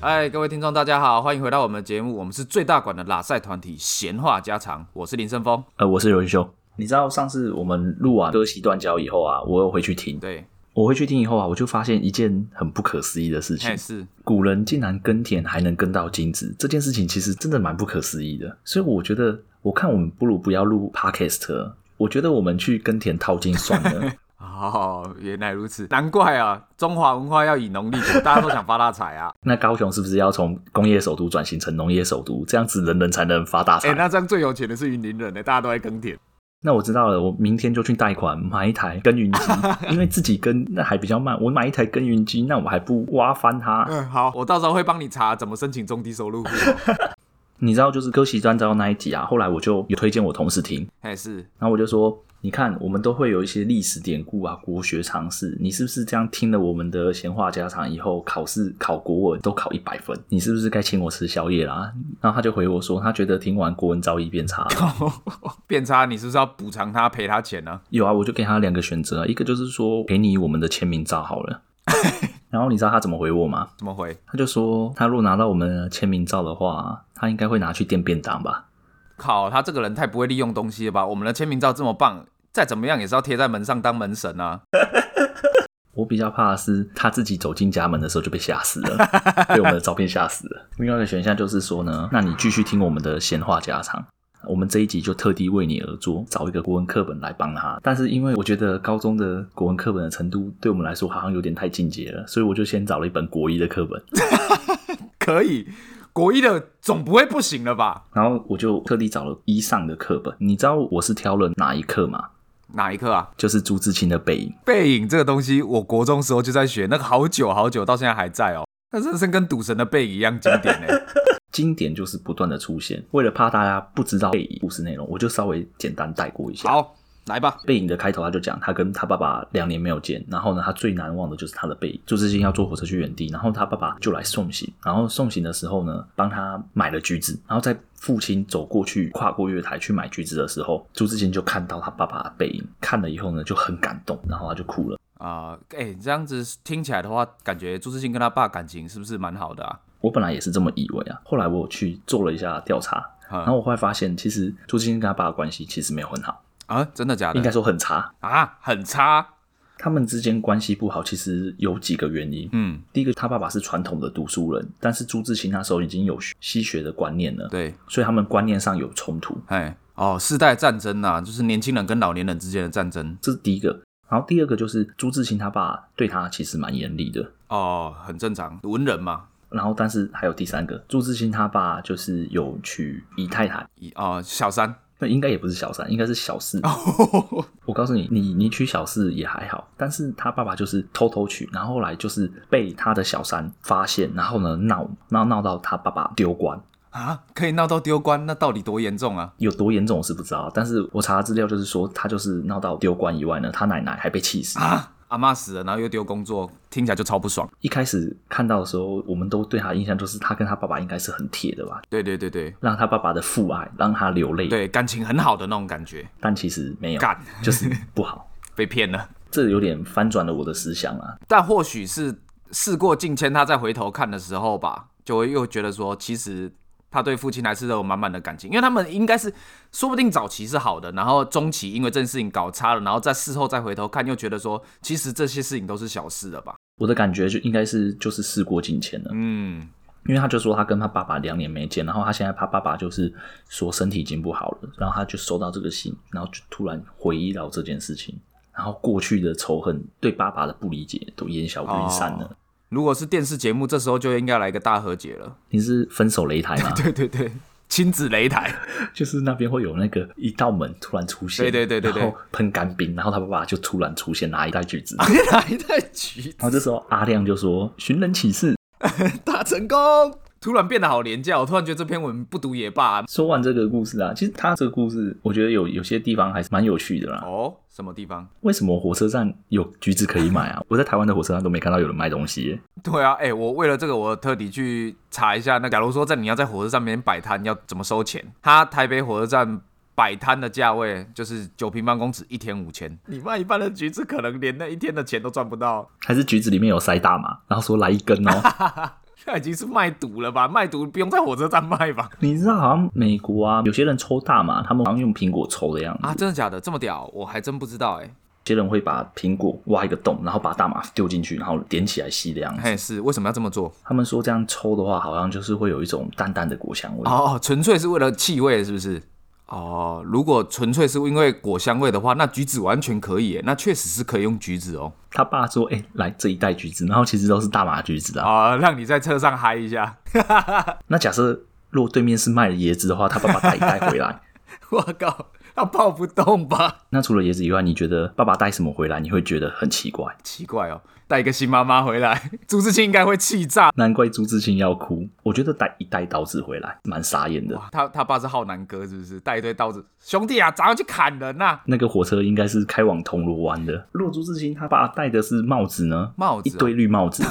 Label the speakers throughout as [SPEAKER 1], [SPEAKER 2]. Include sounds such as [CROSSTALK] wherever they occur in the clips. [SPEAKER 1] 嗨，各位听众，大家好，欢迎回到我们的节目，我们是最大馆的拉塞团体闲话家常，我是林胜峰。
[SPEAKER 2] 呃，我是刘云修。你知道上次我们录完歌席断交以后啊，我又回去听，
[SPEAKER 1] 对，
[SPEAKER 2] 我回去听以后啊，我就发现一件很不可思议的事情
[SPEAKER 1] 嘿，是，
[SPEAKER 2] 古人竟然耕田还能耕到金子，这件事情其实真的蛮不可思议的。所以我觉得，我看我们不如不要录 podcast，了我觉得我们去耕田淘金算 [LAUGHS] 了。
[SPEAKER 1] 哦，原来如此，难怪啊，中华文化要以农立国，大家都想发大财啊。
[SPEAKER 2] 那高雄是不是要从工业首都转型成农业首都？这样子人人才能发大
[SPEAKER 1] [LAUGHS]
[SPEAKER 2] 财。
[SPEAKER 1] 哎、那这样最有钱的是云林人呢、大家都在耕田。
[SPEAKER 2] 那我知道了，我明天就去贷款买一台耕耘机，因为自己耕那还比较慢，我买一台耕耘机，那我还不挖翻它？
[SPEAKER 1] [LAUGHS] 嗯，好，我到时候会帮你查怎么申请中低收入户。 [LAUGHS]
[SPEAKER 2] 你知道，就是歌席专招那一集啊，后来我就有推荐我同事听，
[SPEAKER 1] 嘿，是，
[SPEAKER 2] 然后我就说，你看，我们都会有一些历史典故啊、国学常识，你是不是这样听了我们的闲话家常以后，考试考国文都考一百分？你是不是该请我吃宵夜啦？然后他就回我说，他觉得听完国文造诣变差了。
[SPEAKER 1] 变差，你是不是要补偿他赔他钱呢、
[SPEAKER 2] 有啊，我就给他两个选择啊，一个就是说给你我们的签名照好了。然后你知道他怎么回我吗？
[SPEAKER 1] 怎么回？
[SPEAKER 2] 他就说，他如果拿到我们的签名照的话，他应该会拿去垫便当吧？
[SPEAKER 1] 靠，他这个人太不会利用东西了吧？我们的签名照这么棒，再怎么样也是要贴在门上当门神啊。
[SPEAKER 2] 我比较怕的是他自己走进家门的时候就被吓死了，被我们的照片吓死了。另外一个选项就是说呢，那你继续听我们的闲话家常。我们这一集就特地为你而做，找一个国文课本来帮他。但是因为我觉得高中的国文课本的程度对我们来说好像有点太进阶了，所以我就先找了一本国一的课本。
[SPEAKER 1] 可以，国一的总不会不行了吧？
[SPEAKER 2] 然后我就特地找了一上的课本，你知道我是挑了哪一课吗？
[SPEAKER 1] 哪一课啊？
[SPEAKER 2] 就是朱自清的《背影》。
[SPEAKER 1] 背影这个东西，我国中时候就在学，那个好久好久，到现在还在哦。那真是跟赌神的背影一样经典
[SPEAKER 2] [LAUGHS]
[SPEAKER 1] 呢、
[SPEAKER 2] 经典就是不断的出现，为了怕大家不知道《背影》故事内容，我就稍微简单带过一下。
[SPEAKER 1] 好，来吧。
[SPEAKER 2] 《背影》的开头他就讲，他跟他爸爸两年没有见，然后呢，他最难忘的就是他的背影。朱自清要坐火车去远地，然后他爸爸就来送行，然后送行的时候呢，帮他买了橘子，然后在父亲走过去跨过月台去买橘子的时候，朱自清就看到他爸爸的背影，看了以后呢就很感动，然后他就哭了。
[SPEAKER 1] 啊、哎、这样子听起来的话，感觉朱自清跟他爸感情是不是蛮好的啊？
[SPEAKER 2] 我本来也是这么以为啊，后来我有去做了一下调查，然
[SPEAKER 1] 嗯
[SPEAKER 2] 后我后来发现，其实朱自清跟他爸的关系其实没有很好，
[SPEAKER 1] 啊，真的假
[SPEAKER 2] 应该
[SPEAKER 1] 的？
[SPEAKER 2] 说很差。
[SPEAKER 1] 啊，很差。
[SPEAKER 2] 他们之间关系不好，其实有几个原因。
[SPEAKER 1] 嗯，
[SPEAKER 2] 第一个，他爸爸是传统的读书人，但是朱自清那时候已经有西学的观念了，
[SPEAKER 1] 对，
[SPEAKER 2] 所以他们观念上有冲突，
[SPEAKER 1] 哎，哦，世代战争呐、啊，就是年轻人跟老年人之间的战争。
[SPEAKER 2] 这是第一个。然后第二个就是朱自清他爸对他其实蛮严厉的。
[SPEAKER 1] 哦，很正常，文人嘛。
[SPEAKER 2] 然后，但是还有第三个，朱自清他爸就是有娶姨太太，
[SPEAKER 1] 一哦，小三。 [LAUGHS]
[SPEAKER 2] 那应该也不是小三，应该是小四。
[SPEAKER 1] 哦，
[SPEAKER 2] 我告诉你，你你娶小四也还好，但是他爸爸就是偷偷娶，然后后来就是被他的小三发现，然后呢闹闹闹到他爸爸丢官，
[SPEAKER 1] 啊，可以闹到丢官，那到底多严重啊？
[SPEAKER 2] 有多严重我是不知道，但是我查资料就是说他就是闹到丢官以外呢，他奶奶还被气死。
[SPEAKER 1] 啊，阿妈死了，然后又丢工作，听起来就超不爽。
[SPEAKER 2] 一开始看到的时候，我们都对他的印象就是他跟他爸爸应该是很铁的吧，
[SPEAKER 1] 对对对对
[SPEAKER 2] 让他爸爸的父爱让他流泪，
[SPEAKER 1] 对，感情很好的那种感觉，
[SPEAKER 2] 但其实没有，
[SPEAKER 1] 干
[SPEAKER 2] 就是不好。
[SPEAKER 1] 被骗了。
[SPEAKER 2] 这有点翻转了我的思想啊，
[SPEAKER 1] 但或许是事过境迁，他再回头看的时候吧，就会又觉得说，其实他对父亲还是有满满的感情，因为他们应该是说不定早期是好的，然后中期因为这件事情搞差了，然后在事后再回头看，又觉得说，其实这些事情都是小事了吧？
[SPEAKER 2] 我的感觉就应该是就是事过境迁了。
[SPEAKER 1] 嗯，
[SPEAKER 2] 因为他就说他跟他爸爸两年没见，然后他现在他爸爸就是说身体已经不好了，然后他就收到这个信，然后就突然回忆到这件事情，然后过去的仇恨对爸爸的不理解都烟消云散了。
[SPEAKER 1] 哦如果是电视节目，这时候就应该来个大和解了。 [LAUGHS]
[SPEAKER 2] 你是分手擂台吗？
[SPEAKER 1] 对对对，亲子擂台。
[SPEAKER 2] 就是那边会有那个一道门突然出现，
[SPEAKER 1] 对对对对对
[SPEAKER 2] 然后喷干冰，然后他爸爸就突然出现拿一袋橘子，
[SPEAKER 1] [LAUGHS]
[SPEAKER 2] 然
[SPEAKER 1] 哪一代橘子
[SPEAKER 2] 后这时候阿亮就说寻人启事。
[SPEAKER 1] 大成功？突然变得好廉价，我突然觉得这篇文不读也罢、
[SPEAKER 2] 说完这个故事啊，其实他这个故事我觉得有有些地方还是蛮有趣的啦。
[SPEAKER 1] 哦，什么地方？
[SPEAKER 2] 为什么火车站有橘子可以买啊？ [LAUGHS] 我在台湾的火车站都没看到有人卖东西耶。
[SPEAKER 1] 对啊，哎、我为了这个，我特地去查一下。那假如说在你要在火车站边摆摊，要怎么收钱？它台北火车站摆摊的价位就是九平方公尺，一天五千。你卖一半的橘子，可能连那一天的钱都赚不到。 [LAUGHS]
[SPEAKER 2] 还是橘子里面有塞大麻，然后说来一根哦。
[SPEAKER 1] 现在已经是卖毒了吧？卖毒不用在火车站卖吧？
[SPEAKER 2] 你知道，好像美国啊，有些人抽大麻，他们好像用苹果抽的样子。
[SPEAKER 1] 啊，真的假的？这么屌，我还真不知道哎、
[SPEAKER 2] 有些人会把苹果挖一个洞，然后把大麻丢进去，然后点起来吸的样子。
[SPEAKER 1] 嘿，是为什么要这么做？
[SPEAKER 2] 他们说这样抽的话，好像就是会有一种淡淡的果香味。
[SPEAKER 1] 哦，纯粹是为了气味，是不是？哦，如果纯粹是因为果香味的话，那橘子完全可以耶，那确实是可以用橘子哦。
[SPEAKER 2] 他爸说：“哎、来这一袋橘子，然后其实都是大麻橘子啊。
[SPEAKER 1] 啊、让你在车上嗨一下。 [LAUGHS]
[SPEAKER 2] 那假设如果对面是卖椰子的话，他爸爸带一袋
[SPEAKER 1] [LAUGHS]
[SPEAKER 2] 回来。
[SPEAKER 1] 我靠，那抱不动吧？
[SPEAKER 2] 那除了椰子以外，你觉得爸爸带什么回来，你会觉得很奇怪？
[SPEAKER 1] 奇怪哦，带一个新妈妈回来， [LAUGHS] 朱自清应该会气炸。
[SPEAKER 2] 难怪朱自清要哭。我觉得带一袋刀子回来，蛮傻眼的。
[SPEAKER 1] 哇，他他爸是浩南哥是不是？带一堆刀子，兄弟啊，早上去砍人啊呐、
[SPEAKER 2] 那个火车应该是开往铜锣湾的。若朱自清他爸戴的是帽子呢，
[SPEAKER 1] 帽子
[SPEAKER 2] 一
[SPEAKER 1] 哦
[SPEAKER 2] 堆绿帽
[SPEAKER 1] [LAUGHS]
[SPEAKER 2] 子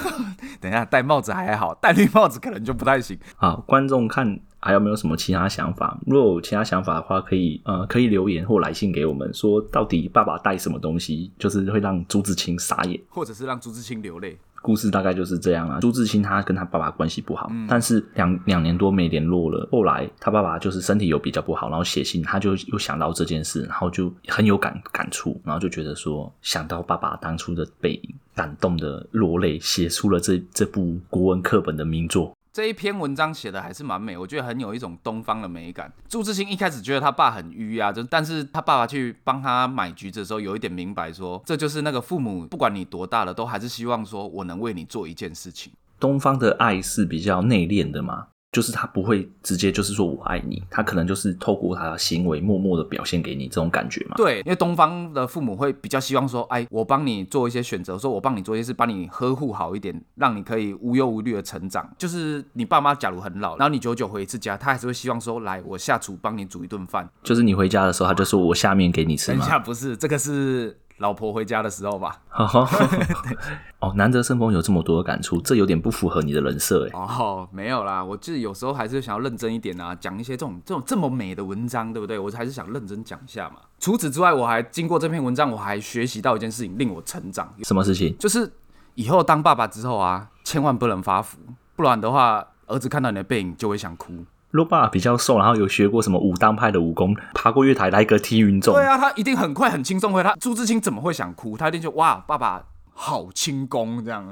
[SPEAKER 1] 等一下，戴帽子还好，戴绿帽子可能就不太行。
[SPEAKER 2] 啊。观众看还有没有什么其他想法？如果有其他想法的话，可以呃可以留言或来信给我们，说到底爸爸带什么东西，就是会让朱自清傻眼。
[SPEAKER 1] 或者是让朱自清流泪。
[SPEAKER 2] 故事大概就是这样啊。朱自清他跟他爸爸关系不好，但是两两年多没联络了。后来他爸爸就是身体有比较不好，然后写信，他就又想到这件事，然后就很有感感触，然后就觉得说想到爸爸当初的背影，感动的落泪，写出了这这部国文课本的名作。
[SPEAKER 1] 这一篇文章写的还是蛮美，我觉得很有一种东方的美感。朱自清一开始觉得他爸很迂啊，就但是他爸爸去帮他买橘子的时候，有一点明白说，这就是那个父母不管你多大了，都还是希望说我能为你做一件事情。
[SPEAKER 2] 东方的爱是比较内敛的嘛。就是他不会直接就是说我爱你，他可能就是透过他的行为默默的表现给你这种感觉嘛。
[SPEAKER 1] 对，因为东方的父母会比较希望说，哎，我帮你做一些选择，说我帮你做一些事，把你呵护好一点，让你可以无忧无虑的成长。就是你爸妈假如很老，然后你久久回一次家，他还是会希望说，来，我下厨帮你煮一顿饭。
[SPEAKER 2] 就是你回家的时候，他就说我下面给你吃
[SPEAKER 1] 等一
[SPEAKER 2] 嘛。
[SPEAKER 1] 下，不是这个是老婆回家的时候吧？
[SPEAKER 2] 哦， [LAUGHS] 哦，难得生逢有这么多的感触，这有点不符合你的人设哎。
[SPEAKER 1] 哦，没有啦，我就是有时候还是想要认真一点啊，讲一些这种这种这么美的文章，对不对？我还是想认真讲一下嘛。除此之外，我还经过这篇文章，我还学习到一件事情，令我成长，
[SPEAKER 2] 什么事情？
[SPEAKER 1] 就是以后当爸爸之后啊，千万不能发福，不然的话，儿子看到你的背影就会想哭。
[SPEAKER 2] 若爸比较瘦，然后有学过什么武当派的武功，爬过月台来个踢云纵
[SPEAKER 1] 对，啊，他一定很快很轻松会，他朱自清怎么会想哭？他一定就哇，爸爸好轻功这样。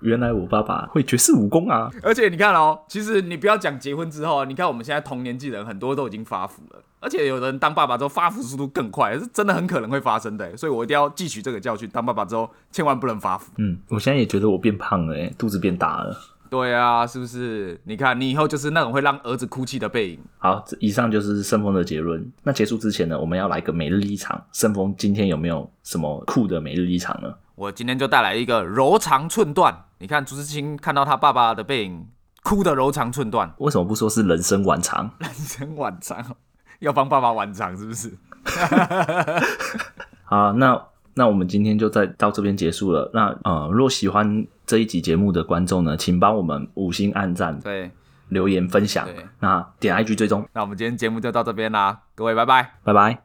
[SPEAKER 2] 原来我爸爸会绝世武功啊！
[SPEAKER 1] 而且你看哦，其实你不要讲结婚之后，你看我们现在同年纪人很多都已经发福了，而且有的人当爸爸之后发福速度更快，是真的很可能会发生的，所以我一定要汲取这个教训，当爸爸之后千万不能发福。
[SPEAKER 2] 嗯，我现在也觉得我变胖了哎，肚子变大了。
[SPEAKER 1] 对啊，是不是？你看你以后就是那种会让儿子哭泣的背影。
[SPEAKER 2] 好，这以上就是生风的结论。那结束之前呢，我们要来个每日一场。生风今天有没有什么酷的每日一场呢？
[SPEAKER 1] 我今天就带来一个柔肠寸断，你看朱自清看到他爸爸的背影，哭的柔肠寸
[SPEAKER 2] [LAUGHS]
[SPEAKER 1] 断，
[SPEAKER 2] 为什么不说是人生晚长？
[SPEAKER 1] 人生晚肠，要帮爸爸晚肠是不是？
[SPEAKER 2] 好，那那我们今天就在到这边结束了。那呃，若喜欢这一集节目的观众呢，请帮我们五星按赞、
[SPEAKER 1] 对，
[SPEAKER 2] 留言、分享
[SPEAKER 1] 对，
[SPEAKER 2] 那点 IG 追踪，
[SPEAKER 1] 那我们今天节目就到这边啦，各位拜拜。
[SPEAKER 2] 拜拜。